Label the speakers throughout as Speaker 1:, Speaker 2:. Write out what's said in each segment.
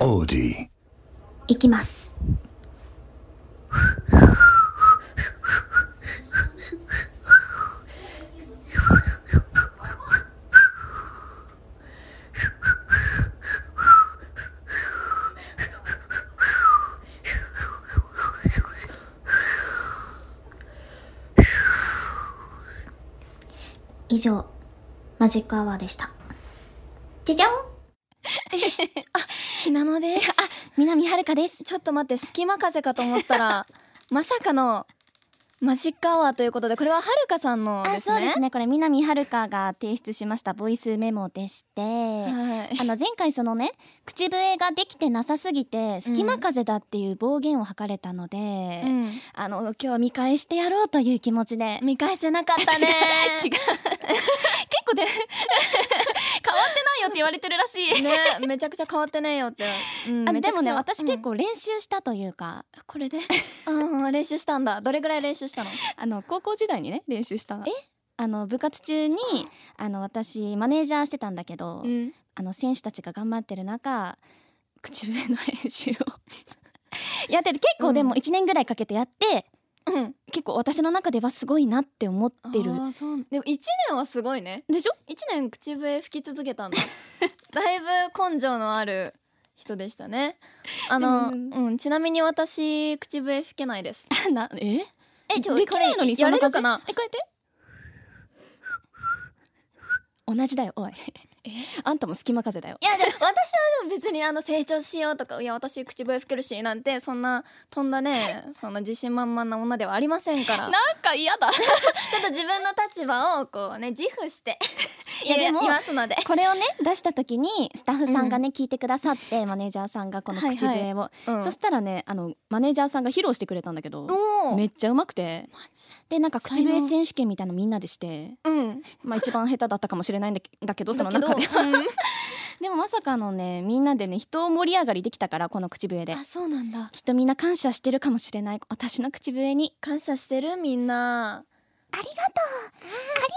Speaker 1: オーディ。
Speaker 2: いきます。以上、マジックアワーでした。じゃじゃん
Speaker 3: ひなのです。あ、南はるかです。ちょっと待って、隙間風かと思っ たら、まさかのマジックアワーということで、これははるかさんの
Speaker 2: あ
Speaker 3: です
Speaker 2: そ
Speaker 3: ね。
Speaker 2: うですねこれ南はるかが提出しましたボイスメモでして、
Speaker 3: はい。
Speaker 2: あの前回そのね口笛ができてなさすぎて隙間風だっていう暴言を吐かれたので、
Speaker 3: うん
Speaker 2: あの今日見返してやろうという気持ちで
Speaker 3: 見返せなかった ね
Speaker 2: 違う結構で 変わってないよって言われてるらしい、
Speaker 3: ねめちゃくちゃ変わってないよって、うん
Speaker 2: あ
Speaker 3: めち
Speaker 2: で
Speaker 3: ゃくち
Speaker 2: も
Speaker 3: ゃ
Speaker 2: ね私結
Speaker 3: うん
Speaker 2: 構練習したというか、これで
Speaker 3: うん練習したんだどれぐらい練習した の
Speaker 2: あの高校時代にね練習したえあの部活中にあの私マネージャーしてたんだけど、
Speaker 3: ん
Speaker 2: あの選手たちが頑張ってる中口笛の練習を やってて結構でも
Speaker 3: う
Speaker 2: 1年ぐらいかけてやって、
Speaker 3: うん
Speaker 2: 結構私の中ではすごいなって思ってる
Speaker 3: あーそうでも一年はすごいね
Speaker 2: でしょ
Speaker 3: 一年口笛吹き続けたんだだいぶ根性のある人でしたねあの、
Speaker 2: でも
Speaker 3: うん、ちなみに私口笛吹けないです
Speaker 2: あなえ
Speaker 3: えちょ
Speaker 2: できないのに
Speaker 3: これやれる
Speaker 2: そ
Speaker 3: か
Speaker 2: んな
Speaker 3: な
Speaker 2: 感じえ変えて同じだよおい あんたも隙間風だよ
Speaker 3: いやでも私はでも別にあの成長しようとかいや私口笛吹けるしなんてそんなとんだ ねそんな自信満々な女ではありませんから
Speaker 2: んか嫌だ
Speaker 3: ちょっと自分の立場をこうね自負して
Speaker 2: いやでも
Speaker 3: 言えますので、
Speaker 2: これをね出した時にスタッフさんがね、聞いてくださってマネージャーさんがこの口笛を、
Speaker 3: はい
Speaker 2: そしたらねあのマネージャーさんが披露してくれたんだけど
Speaker 3: おー
Speaker 2: めっちゃうまくて
Speaker 3: マジ
Speaker 2: でなんか
Speaker 3: 才
Speaker 2: 口
Speaker 3: 能
Speaker 2: 笛選手権みたいなのみんなでして、
Speaker 3: うん
Speaker 2: まあ、一番下手だったかもしれないんだけ だけどその
Speaker 3: だけ
Speaker 2: 中
Speaker 3: ど
Speaker 2: で でもまさかのねみんなでね人を盛り上がりできたからこの口笛で
Speaker 3: あそうなんだ
Speaker 2: きっとみんな感謝してるかもしれない私の口笛に
Speaker 3: 感謝してるみんな
Speaker 2: ありがとうあ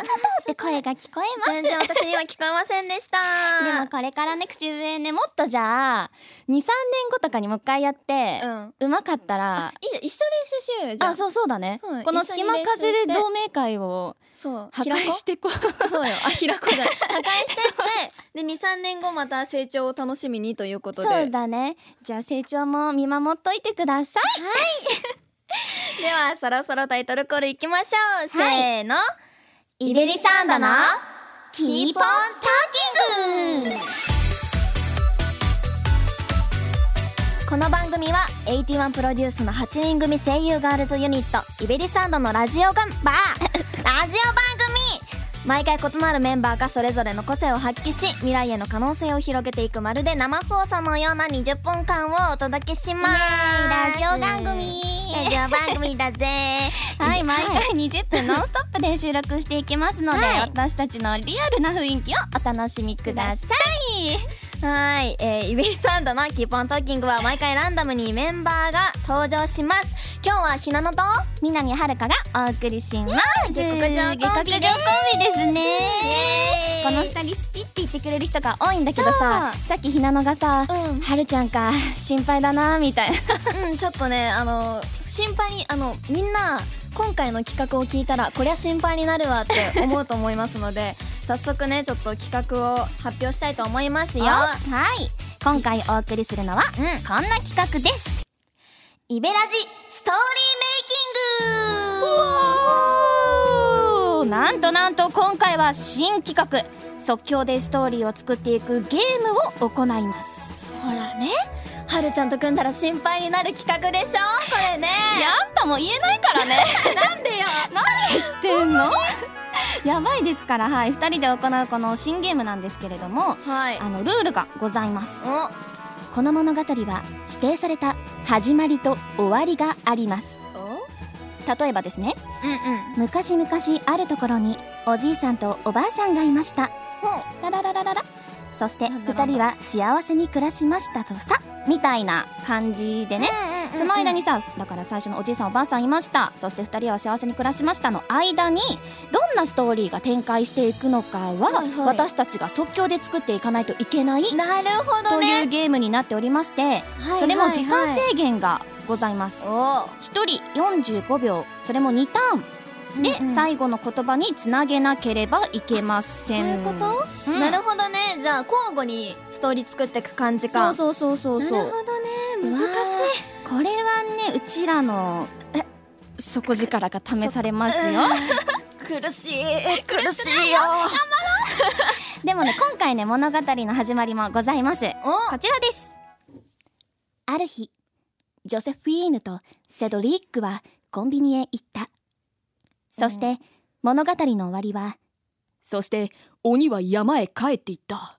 Speaker 2: りがとうって声が聞こえ
Speaker 3: 全然私には聞こえませんでした
Speaker 2: でもこれからね口笛ねもっとじゃあ23年後とかにもう一回やって、
Speaker 3: うん
Speaker 2: うまかったら
Speaker 3: いいじゃん一緒練習しようよじゃあ
Speaker 2: あそうそうだね
Speaker 3: そう
Speaker 2: この
Speaker 3: 一緒に
Speaker 2: 隙間風
Speaker 3: 練習し
Speaker 2: で
Speaker 3: て
Speaker 2: 同盟会を
Speaker 3: そう
Speaker 2: 破
Speaker 3: 開
Speaker 2: 壊
Speaker 3: こう
Speaker 2: してこう
Speaker 3: そうよあ 開こうじゃない破壊してってで23年後また成長を楽しみにということで
Speaker 2: そうだねじゃあ成長も見守っといてください
Speaker 3: ではそろそろタイトルコールいきましょう、
Speaker 2: はい
Speaker 3: せーの
Speaker 2: イベリサンダのキーポン
Speaker 3: ターキングこの番組は81プロデュースの8人組声優ガールズユニットイベリサンドのラジオがん ばラジオ番組毎回異なるメンバーがそれぞれの個性を発揮し未来への可能性を広げていくまるで生放送のような20分間をお届けします
Speaker 2: イエーイラジオ番組
Speaker 3: ラジオ番組だぜ
Speaker 2: はい毎回20分ノンストップで収録していきますので、
Speaker 3: はい
Speaker 2: 私たちのリアルな雰囲気をお楽しみください
Speaker 3: はい、えーイベリサンドのキーポントーキングは毎回ランダムにメンバーが登場します今日はひなのと
Speaker 2: 南はるかがお送りします
Speaker 3: 下克上コンビ
Speaker 2: 下克上コンビですねこの
Speaker 3: イエーイ
Speaker 2: 二人好きって言ってくれる人が多いんだけどささっきひなのがさ、
Speaker 3: うん
Speaker 2: はるちゃんか心配だなみたいな
Speaker 3: うん、ちょっとねあの心配にあのみんな今回の企画を聞いたらこりゃ心配になるわって思うと思いますの で早速ねちょっと企画を発表したいと思いますよ
Speaker 2: はい今回お送りするのは
Speaker 3: うん
Speaker 2: こんな企画です
Speaker 3: イベラジストーリ
Speaker 2: おーなんとなんと今回は新企画即興でストーリーを作っていくゲームを行います
Speaker 3: ーメイキングほらねはるちゃんと組んだら心配になる企画でしょこれね
Speaker 2: あんたも言え ないからね
Speaker 3: なんでよ
Speaker 2: 言ってんのやばいですからはい2人で行うこの新ゲームなんですけれども
Speaker 3: はい
Speaker 2: あのルールがございます
Speaker 3: お
Speaker 2: この物語は指定された始まりと終わりがあります
Speaker 3: お
Speaker 2: 例えばですね
Speaker 3: うんうん
Speaker 2: 昔々あるところにおじいさんとおばあさんがいました
Speaker 3: ほう
Speaker 2: ララララララそして
Speaker 3: なんだ
Speaker 2: 2人は幸せに暮らしましたとさみたいな感じでね、
Speaker 3: うんうんうん
Speaker 2: その間にさだから最初のおじいさんおばあさんいましたそして2人は幸せに暮らしましたの間にどんなストーリーが展開していくのかは、
Speaker 3: はいはい
Speaker 2: 私たちが即興で作っていかないといけない
Speaker 3: なるほど
Speaker 2: と
Speaker 3: ね
Speaker 2: いうゲームになっておりまして、
Speaker 3: はい
Speaker 2: それも時間制限がございます。
Speaker 3: お
Speaker 2: 1人45秒それも2ターンで、
Speaker 3: うんうん
Speaker 2: 最後の言葉につなげなければいけません
Speaker 3: そういうこと、
Speaker 2: うん
Speaker 3: なるほどねじゃあ交互にストーリー作っていく感じか
Speaker 2: そうそうそうそうそう
Speaker 3: なるほどね難しい
Speaker 2: これはねうちらの底力が試されますよ
Speaker 3: 苦しい
Speaker 2: 苦しいよでもね今回ね物語の始まりもございます
Speaker 3: お
Speaker 2: こちらですある日ジョセフィーヌとセドリックはコンビニへ行ったそして、物語の終わりはそして鬼は山へ帰っていった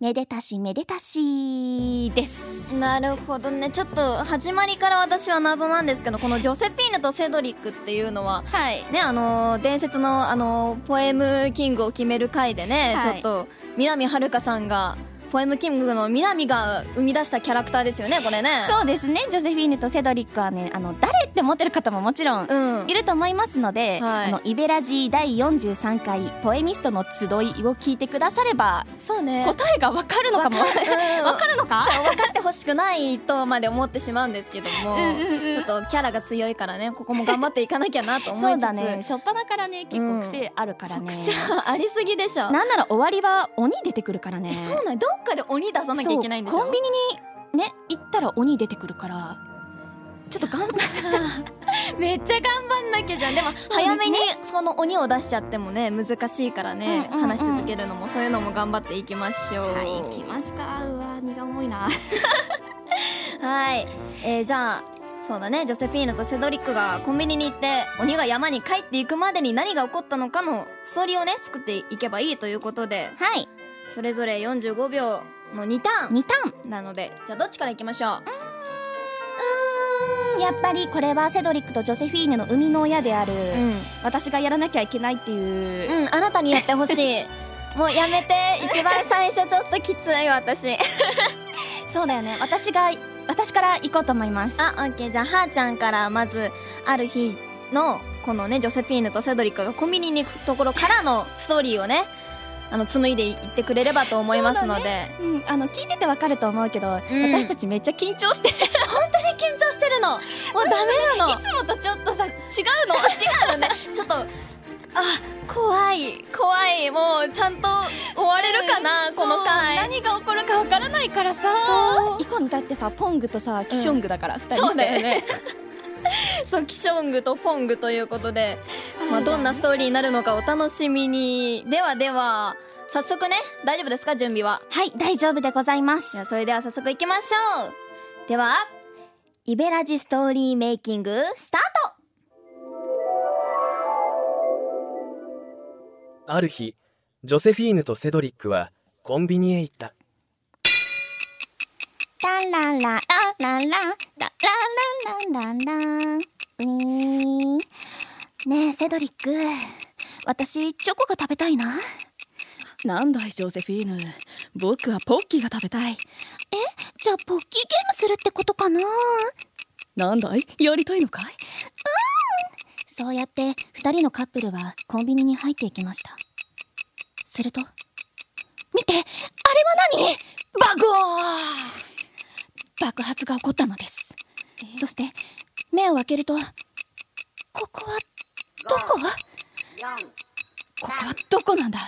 Speaker 2: めでたしめでたしです
Speaker 3: なるほどねちょっと始まりから私は謎なんですけどこのジョセフィーヌとセドリックっていうのは
Speaker 2: はい
Speaker 3: ねあのー伝説のあのーポエムキングを決める回でね、
Speaker 2: はい
Speaker 3: ちょっと南遥かさんがポエムキングの南が生み出したキャラクターですよねこれね
Speaker 2: そうですねジョセフィーヌとセドリックはねあの誰って思ってる方ももちろん
Speaker 3: うん
Speaker 2: いると思いますので、
Speaker 3: はい
Speaker 2: あのイベラジー第43回「ポエミストの集い」を聞いてくだされば
Speaker 3: そうね
Speaker 2: 答えがわかるのかもわ
Speaker 3: わかるうん
Speaker 2: かるのか
Speaker 3: 分かってほしくないとまで思ってしまうんですけども
Speaker 2: うんうんうん
Speaker 3: ちょっとキャラが強いからねここも頑張っていかなきゃなと思いつつ
Speaker 2: そうだね初っ端からね結構癖あるからね、
Speaker 3: 癖はありすぎでしょ
Speaker 2: なんなら終わりは鬼出てくるからね
Speaker 3: えそうなんどっかで鬼出さなきゃいけないんでしょ
Speaker 2: そうコンビニにね行ったら鬼出てくるからちょっと頑張
Speaker 3: めっちゃ頑張んなきゃじゃんでも
Speaker 2: うですね
Speaker 3: 早めにその鬼を出しちゃってもね難しいからね、
Speaker 2: うんうんうん
Speaker 3: 話し続けるのもそういうのも頑張っていきましょう
Speaker 2: はい行きますかうわ荷が重いな
Speaker 3: はいえーじゃあそうだねジョセフィーヌとセドリックがコンビニに行って鬼が山に帰っていくまでに何が起こったのかのストーリーをね作っていけばいいということで
Speaker 2: はい
Speaker 3: それぞれ45秒の2ター
Speaker 2: 2ターン
Speaker 3: ンなのでじゃあどっちからいきましょう
Speaker 2: うーんやっぱりこれはセドリックとジョセフィーヌの生みの親である、
Speaker 3: うん
Speaker 2: 私がやらなきゃいけないっていう、
Speaker 3: うん、あなたにやってほしい。 もうやめて、一番最初ちょっときつい私。
Speaker 2: そうだよね私が私から行こうと思います
Speaker 3: あ、オッケー、じゃあ、はーちゃんからまず、ある日の、このね、ジョセフィーヌとセドリックがコンビニに行くところからのストーリーをね、あの、紡いでいってくれればと思いますので。
Speaker 2: うん、あの聞いててわかると思うけど、
Speaker 3: ん
Speaker 2: 私たちめっちゃ緊張して
Speaker 3: 本当に緊張してるの。もうダメなの。
Speaker 2: いつもとちょっとさ違うの
Speaker 3: 違うのね。ちょっと、あ、怖い、怖い。もう、ちゃんと終われるかな、
Speaker 2: うん
Speaker 3: この回。
Speaker 2: そう何が起こるかわからないからさイコンだってさポングとさキショングだから、二人して
Speaker 3: そうだよ ねそうキショングとポングということで、まあ、どんなストーリーになるのかお楽しみにではでは早速ね大丈夫ですか準備は
Speaker 2: はい大丈夫でございま
Speaker 3: じ
Speaker 2: す
Speaker 3: ゃあそれでは早速いきましょうではイベラジストーリーメイキングスタート
Speaker 1: ある日ジョセフィーヌとセドリックはコンビニへ行った
Speaker 2: ラララララララララララねえセドリック私チョコが食べたいななんだいジョセフィーヌ僕はポッキーが食べたい
Speaker 4: じゃあポッキーゲームするってことかな
Speaker 2: なんだいやりたいのかい
Speaker 4: そうやって2人のカップルはコンビニに入っていきましたすると見てあれは何
Speaker 2: バゴー
Speaker 4: 爆発が起こったのですそして目を開けるとここはどこここはどこなんだ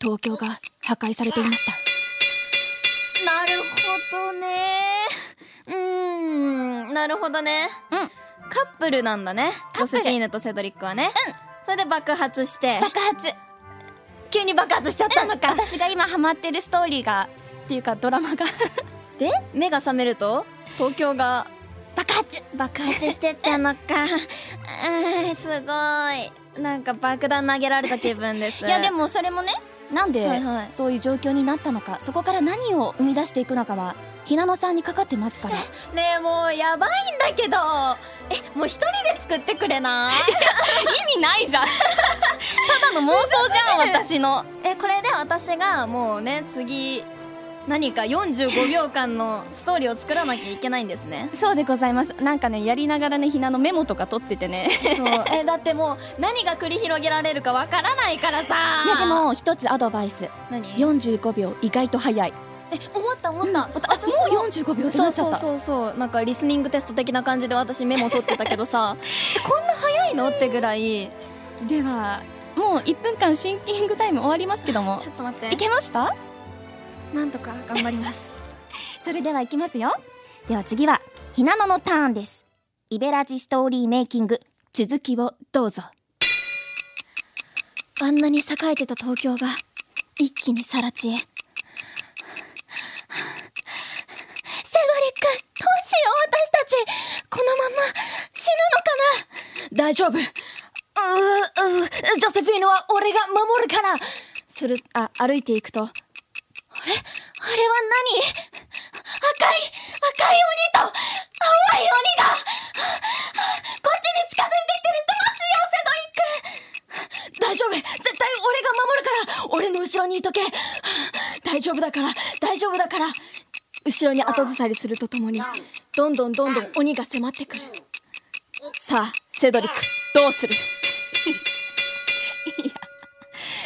Speaker 4: 東京が破壊されていました
Speaker 3: なるほどねうーんなるほどね
Speaker 4: うん
Speaker 3: カップルなんだねジ
Speaker 4: カッ
Speaker 3: ョ
Speaker 4: プル
Speaker 3: セフィーヌとセドリックはねうんそれで爆発して
Speaker 2: 爆発
Speaker 3: 急に爆発しちゃったのか、
Speaker 2: 私が今ハマってるストーリーがっていうかドラマが
Speaker 3: で目が覚めると東京が
Speaker 4: 爆発
Speaker 3: 爆発してったの かうんすごいなんか爆弾投げられた気分です
Speaker 2: いやでもそれもねなんで
Speaker 3: はいはい
Speaker 2: そういう状況になったのかそこから何を生み出していくのかはひなのさんにかかってますから
Speaker 3: ねえもうやばいんだけどえもう一人で作ってくれない
Speaker 2: 意味ないじ ゃんただの妄想じゃん私の
Speaker 3: えこれで私がもうね次何か45秒間のストーリーを作らなきゃいけないんですね
Speaker 2: そうでございますなんかねやりながらねひなのメモとか取っててね
Speaker 3: そうえだってもう何が繰り広げられるかわからないから さ
Speaker 2: いやでも一つアドバイス
Speaker 3: 何
Speaker 2: 45秒意外と早い
Speaker 3: え思った思った、
Speaker 2: あもう45秒って
Speaker 3: そ
Speaker 2: な
Speaker 3: う
Speaker 2: っちゃ
Speaker 3: そ
Speaker 2: っ
Speaker 3: う
Speaker 2: た
Speaker 3: そうそうなんかリスニングテスト的な感じで私メモ取ってたけど さえこんな早いのってぐらい
Speaker 2: ではもう1分間シンキングタイム終わりますけども
Speaker 3: ちょっと待って
Speaker 2: いけました
Speaker 3: なんとか頑張り ます
Speaker 2: それではいきますよ
Speaker 3: では次は
Speaker 2: ひなののターンですイベラジストーリーメイキング続きをどうぞ
Speaker 4: あんなに栄えてた東京が一気に更地へセドリックどうしよう私たちこのまま死ぬのかな大丈夫うううジョセフィーヌは俺が守るからするあ歩いていくとあれあれは何赤い赤い鬼と青い鬼がこっちに近づいてきてるどうしようセドリック大丈夫絶対俺が守るから俺の後ろにいとけはあ大丈夫だから大丈夫だから後ろに後ずさりするとともにどんどんどんどん鬼が迫ってくるさあセドリックどうする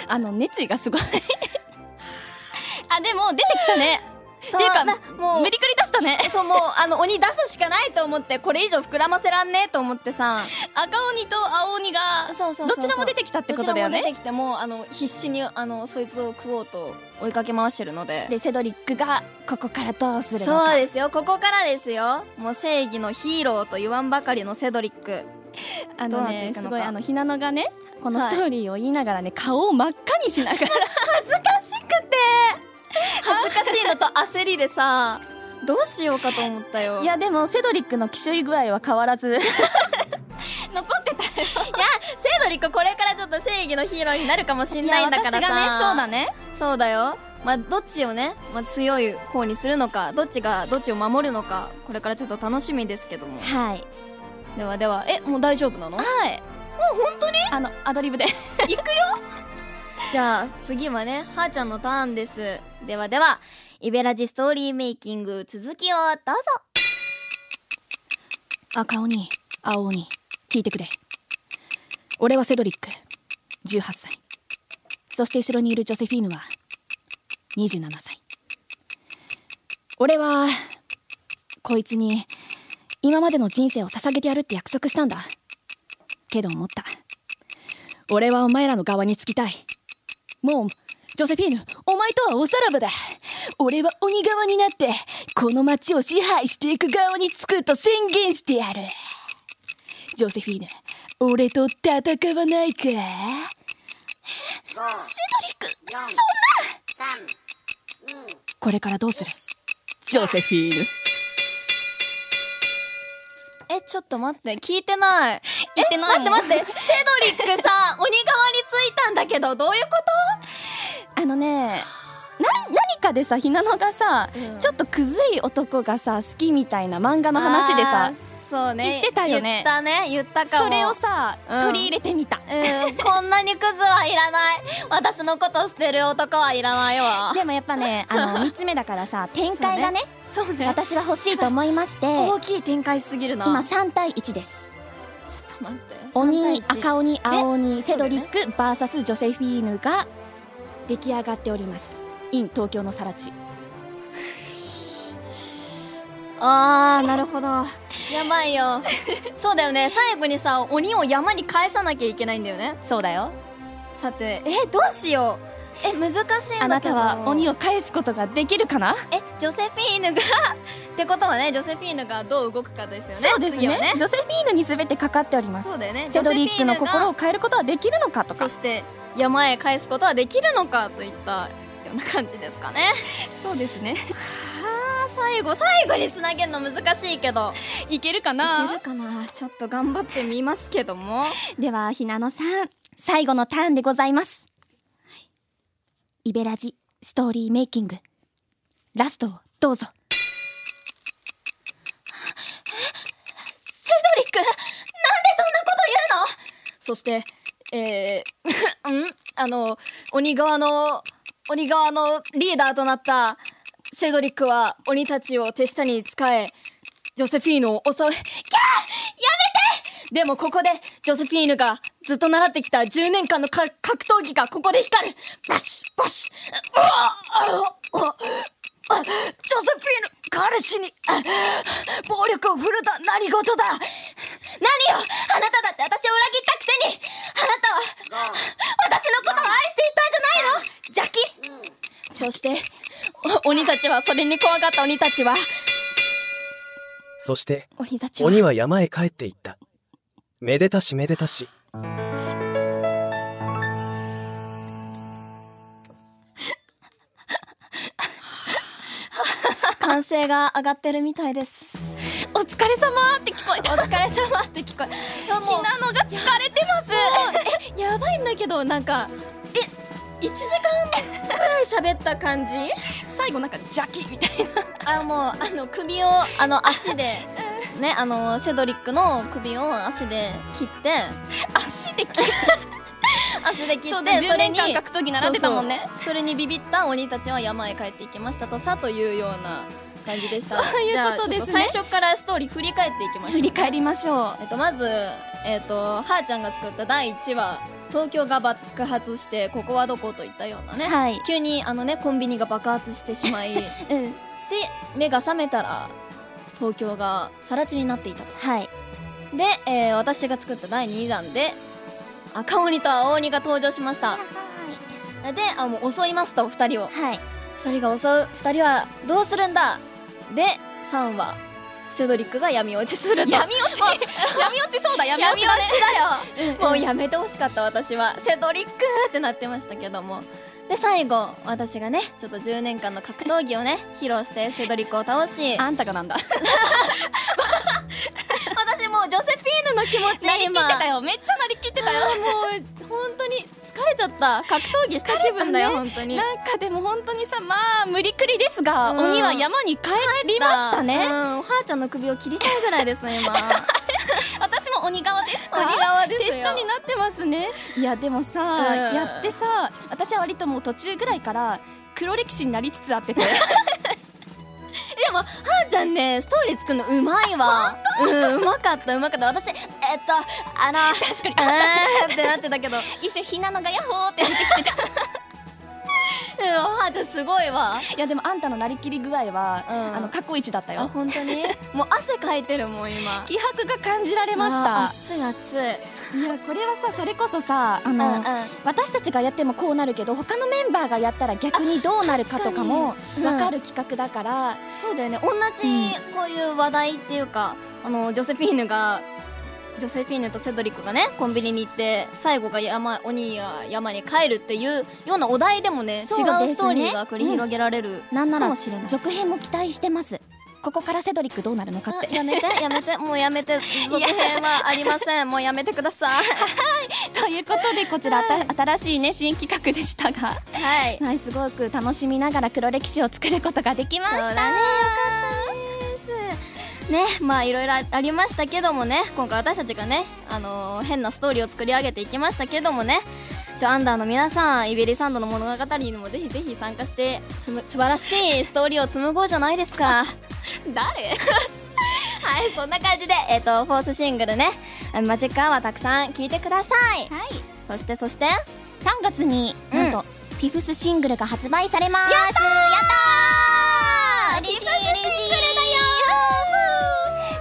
Speaker 2: あの熱意がすごいあでも出てきたね
Speaker 3: って
Speaker 2: ていうか
Speaker 3: もう
Speaker 2: 無理くり出したね
Speaker 3: そうもうあの鬼出すしかないと思ってこれ以上膨らませらんねえと思ってさ
Speaker 2: 赤鬼と青鬼が
Speaker 3: そうそうそうそう
Speaker 2: どちらも出てきたってことだよ
Speaker 3: ど
Speaker 2: ね
Speaker 3: ちらも出てきてもうあの必死にあのそいつを食おうと追いかけ回してるので
Speaker 2: でセドリックがここからどうするの
Speaker 3: そう
Speaker 2: か
Speaker 3: ですよここからですよもう正義のヒーローと言わんばかりのセドリック
Speaker 2: あ
Speaker 3: ど
Speaker 2: の
Speaker 3: うなって
Speaker 2: ね
Speaker 3: いくのか
Speaker 2: すごいあのひなのがねこの
Speaker 3: はい
Speaker 2: ストーリーを言いながらね、顔を真っ赤にしながら
Speaker 3: 恥ずかしくて恥ずかしいのと焦りでさどうしようかと思ったよ
Speaker 2: いやでもセドリックの奇襲具合は変わら ず残ってた
Speaker 3: セドリックこれからちょっと正義のヒーローになるかもしん
Speaker 2: い
Speaker 3: ない
Speaker 2: や
Speaker 3: んだからさ
Speaker 2: 私がねそうだね
Speaker 3: そうだよまあどっちをね、まあ、強い方にするのかどっちがどっちを守るのかこれからちょっと楽しみですけども
Speaker 2: はい
Speaker 3: ではではえもう大丈夫なの
Speaker 2: はいもう本当にあのアドリブで
Speaker 3: じゃあ次はねはーちゃんのターンですではではイベラジストーリーメイキング続きをどうぞ
Speaker 4: 赤鬼青鬼聞いてくれ俺はセドリック18歳そして後ろにいるジョセフィーヌは27歳俺はこいつに今までの人生を捧げてやるって約束したんだけど思った俺はお前らの側につきたいもうジョセフィーヌお前とはおさらばだ俺は鬼側になってこの街を支配していく側につくと宣言してやるジョセフィーヌ俺と戦わないかこれからどうするジョセフィーヌ
Speaker 3: えちょっと待って聞いてない
Speaker 2: 言ってないもん
Speaker 3: 待って待ってセドリックさ鬼側についたんだけどどういうこ
Speaker 2: あのねな何かでさひなのがさ、
Speaker 3: うん
Speaker 2: ちょっとくずい男がさ好きみたいな漫画
Speaker 3: と
Speaker 2: の話でさ
Speaker 3: あーそうね
Speaker 2: 言ってたよね
Speaker 3: 言ったね言ったかも
Speaker 2: それをさ、
Speaker 3: うん
Speaker 2: 取り入れてみた
Speaker 3: うんこんなにクズはいらない私のこと捨てる男はいらないわ
Speaker 2: でもやっぱ ねあの3つ目だからさ展開がね
Speaker 3: そうね
Speaker 2: 私は欲しいと思いまして
Speaker 3: 大きい展開すぎるな
Speaker 2: 今3対1です
Speaker 3: ちょっと待って
Speaker 2: 鬼
Speaker 3: 3対一
Speaker 2: 赤鬼青鬼セ
Speaker 3: そうだ
Speaker 2: ドリ
Speaker 3: よね
Speaker 2: ック VS ジョセフィーヌが出来上がっております in 東京のさら地
Speaker 3: あーなるほどやば いよそうだよね最後にさ鬼を山に返さなきゃいけないんだよね
Speaker 2: そうだよ
Speaker 3: さてえどうしようえ難しいんだけど
Speaker 2: あなたは鬼
Speaker 3: を
Speaker 2: を返すことができるかな
Speaker 3: えジョセフィーヌがってことはねジョセフィーヌがどう動くかですよね
Speaker 2: そうですね
Speaker 3: 次は
Speaker 2: ジョセフィーヌに全てかかっております
Speaker 3: そうだよね
Speaker 2: セドリックの
Speaker 3: ジョセフィーヌ
Speaker 2: 心
Speaker 3: が
Speaker 2: を変えることはできるのかとか
Speaker 3: そして山へ返すことはできるのかといったような感じですか ね
Speaker 2: そうですね
Speaker 3: はあ最後最後につなげるの難しいけど
Speaker 2: いけるか
Speaker 3: いけるかなちょっと頑張ってみますけども
Speaker 2: ではひなのさん最後のターンでございます、イベラジストーリーメイキングラストをどうぞ
Speaker 3: セドリックなんでそんなこと言うのそしてえ ー、んあの鬼側の鬼側のリーダーとなった
Speaker 5: セドリックは鬼たちを手下に仕えジョセフィーヌを襲うキャーやめてでもここでジョセフィーヌがずっと習ってきた10年間のか格闘技がここで光るバシバシうわああああジョセフィーヌ彼氏にあ暴力を振るった何事だ
Speaker 3: 何よあなただって私を裏切ったくせにあなたは私のことを愛していたんじゃないの邪気
Speaker 5: そしてお鬼たちはそれに怖がった鬼たちは
Speaker 1: そして
Speaker 2: 鬼たちは
Speaker 1: 鬼は山へ帰っていっためでたしめでたし
Speaker 5: 歓声が上がってるみたいです
Speaker 3: お疲れ様って聞こえたお疲れ様って聞こえたひなのが疲れてます
Speaker 5: やばいんだけどなんかえ1時間くらい喋った感じ
Speaker 2: 最後なんか邪気みたいな
Speaker 3: あもうあの首をあの足 で、ねあのセドリックの首を足で切って
Speaker 2: 足で切っ
Speaker 3: 足で切
Speaker 2: そう
Speaker 3: っ
Speaker 2: で
Speaker 3: て
Speaker 2: 10年間格闘技習ってたもんね
Speaker 3: そうそうそれにビビった鬼たちは山へ帰っていきましたとさというような感じでしたそう
Speaker 2: いうことですね
Speaker 3: 最初からストーリー振り返っていきましょ
Speaker 4: 振
Speaker 3: う
Speaker 4: り返りましょう
Speaker 3: えっと、まず、えっと、はーちゃんが作った第1話東京が爆発してここはどこといったようなね、
Speaker 2: はい
Speaker 3: 急にあのねコンビニが爆発してしまいで
Speaker 2: うん
Speaker 3: 目が覚めたら東京が更地になっていたと
Speaker 2: はい
Speaker 3: で、えー私が作った第2弾で赤鬼と青鬼が登場しましたであもう襲いますと2人を
Speaker 2: はい
Speaker 3: 2人が襲う2人はどうするんだで3話セドリックが闇落ちすると
Speaker 2: 闇落ち闇落ちそう だ闇
Speaker 3: 闇
Speaker 2: 落
Speaker 3: 落
Speaker 2: ち
Speaker 3: ち
Speaker 2: だね
Speaker 3: だ よもうやめてほしかった私はセドリックってなってましたけどもで最後私がねちょっと10年間の格闘技をね披露してセドリックを倒し
Speaker 4: あんたがなんだ
Speaker 3: 私もうジョセフィーヌの気持ち
Speaker 4: なりきって
Speaker 3: 今
Speaker 4: たよめっちゃなりきってたよ
Speaker 3: あーもう本当に疲れちゃった格闘技した気分だ
Speaker 4: 疲
Speaker 3: よ、
Speaker 4: れた
Speaker 3: 本当に
Speaker 4: なんかでも本当にさまあ無理くりですが、
Speaker 3: うん
Speaker 4: 鬼は山に帰りました
Speaker 3: うん
Speaker 4: ね、
Speaker 3: おはーちゃんの首を切りたいぐらい です今
Speaker 4: 私も鬼側ですか
Speaker 3: 鬼側ですよ
Speaker 4: 手下になってますねいやでもさ、
Speaker 3: うん
Speaker 4: やってさ私は割ともう途中ぐらいから黒歴史になりつつあ ってて
Speaker 3: はーちゃんねストーリー作るのうまいわうんうまかったうまかった私えっとあの確かにあーってなってたけど
Speaker 4: 一瞬ひなのがヤッホーって
Speaker 3: うん、おはーちゃんすごいわ。
Speaker 4: いやでもあんたのなりきり具合は、
Speaker 3: うん
Speaker 4: あの過去一だった
Speaker 3: あ、
Speaker 4: よ
Speaker 3: 本当に。 もう汗かいてるもん、今。
Speaker 4: 気迫が感じられまし
Speaker 3: あ
Speaker 4: た
Speaker 3: ー熱い熱い。
Speaker 4: いやこれはさそれこそさあの、私たちがやってもこうなるけど他のメンバーがやったら逆にどうなるかとかも
Speaker 3: にうん
Speaker 4: 分かる企画だから、
Speaker 3: そうだよね。同じこういう話題っていうか、あのジョセフィーヌが。ジョセフィーヌとセドリックがねコンビニに行って最後が山鬼や山に帰るっていうようなお題でもね
Speaker 4: そうです
Speaker 3: 違う
Speaker 4: ね
Speaker 3: ストーリーが繰り広げられる、
Speaker 4: なんな
Speaker 3: からもしれない
Speaker 4: 続編も期待してますここからセドリックどうなるのか って
Speaker 3: あやめてやめてもうやめて続編はありませんもうやめてください
Speaker 4: ということでこちらあた新しいね新企画でした が、
Speaker 3: は い
Speaker 4: はい、すごく楽しみながら黒歴史を作ることができまし
Speaker 3: そう
Speaker 4: た
Speaker 3: だねよかったですねまあいろいろありましたけどもね今回私たちがね、あのー変なストーリーを作り上げていきましたけどもねちょアンダーの皆さんイベリサンドの物語にもぜひぜひ参加してすむ素晴らしいストーリーを紡ごうじゃないですか誰 はいそんな感じで、えっとフォースシングルね「マジックアワー」たくさん聴いてください、はい、そしてそして
Speaker 2: 3月になんと、フィフスシングルが発売されますやったーやったー嬉しい嬉しい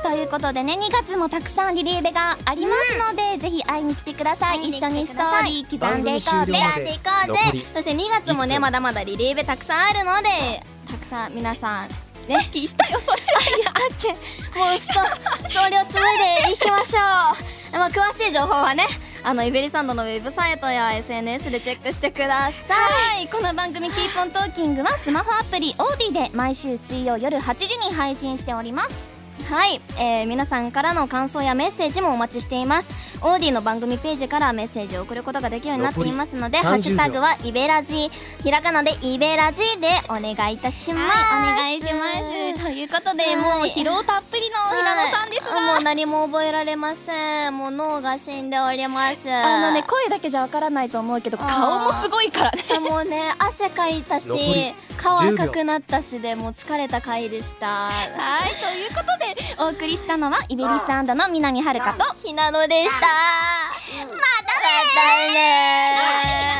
Speaker 2: ということでね2月もたくさんリリーベがありますので、ぜひ会いに来てください
Speaker 3: 会いに
Speaker 2: 一
Speaker 3: 来て
Speaker 2: 緒にストーリー刻んでいこうぜ
Speaker 1: 番組終了ま
Speaker 3: 選ん
Speaker 1: で
Speaker 3: でいこう
Speaker 1: 残
Speaker 3: ぜ
Speaker 1: り
Speaker 3: そして2月も
Speaker 1: 一
Speaker 3: ね
Speaker 1: 分
Speaker 3: まだまだリリーベたくさんあるのでたくさん皆さんねさっき言ったよそれ言ったっけもうストストーリーを紡いでいきましょうまあ詳しい情報はねあのイベリサンドのウェブサイトや SNS でチェックしてくださいこの番組キーポントーキングは
Speaker 2: スマホアプリオーディで毎週水曜夜8時に配信しております
Speaker 3: はい、えー皆さんからの感想やメッセージもお待ちしていますオーディの番組ページからメッセージを送ることができるようになっていますので「
Speaker 1: 残り
Speaker 3: ハッシュタ
Speaker 1: 30
Speaker 3: グ
Speaker 1: 秒
Speaker 3: はイベラジ」ひらがなで「イベラジ」でお願いいたします、
Speaker 2: はい、お願いします。ということで、
Speaker 3: はい
Speaker 2: もう疲労たっぷりの平野さんですが、
Speaker 3: はいもう何も覚えられませんもう脳が死んでおります
Speaker 2: あのね、声だけじゃわからないと思うけど、
Speaker 3: あー
Speaker 2: 顔もすごいからね。
Speaker 3: あもう ね汗かいたし
Speaker 1: 残り
Speaker 3: 顔
Speaker 1: 10秒
Speaker 3: 赤くなったしでもう疲れた回でした
Speaker 2: はい、ということで、
Speaker 3: お送りしたのはイベリスアンドの南遥とひなのでしたまたね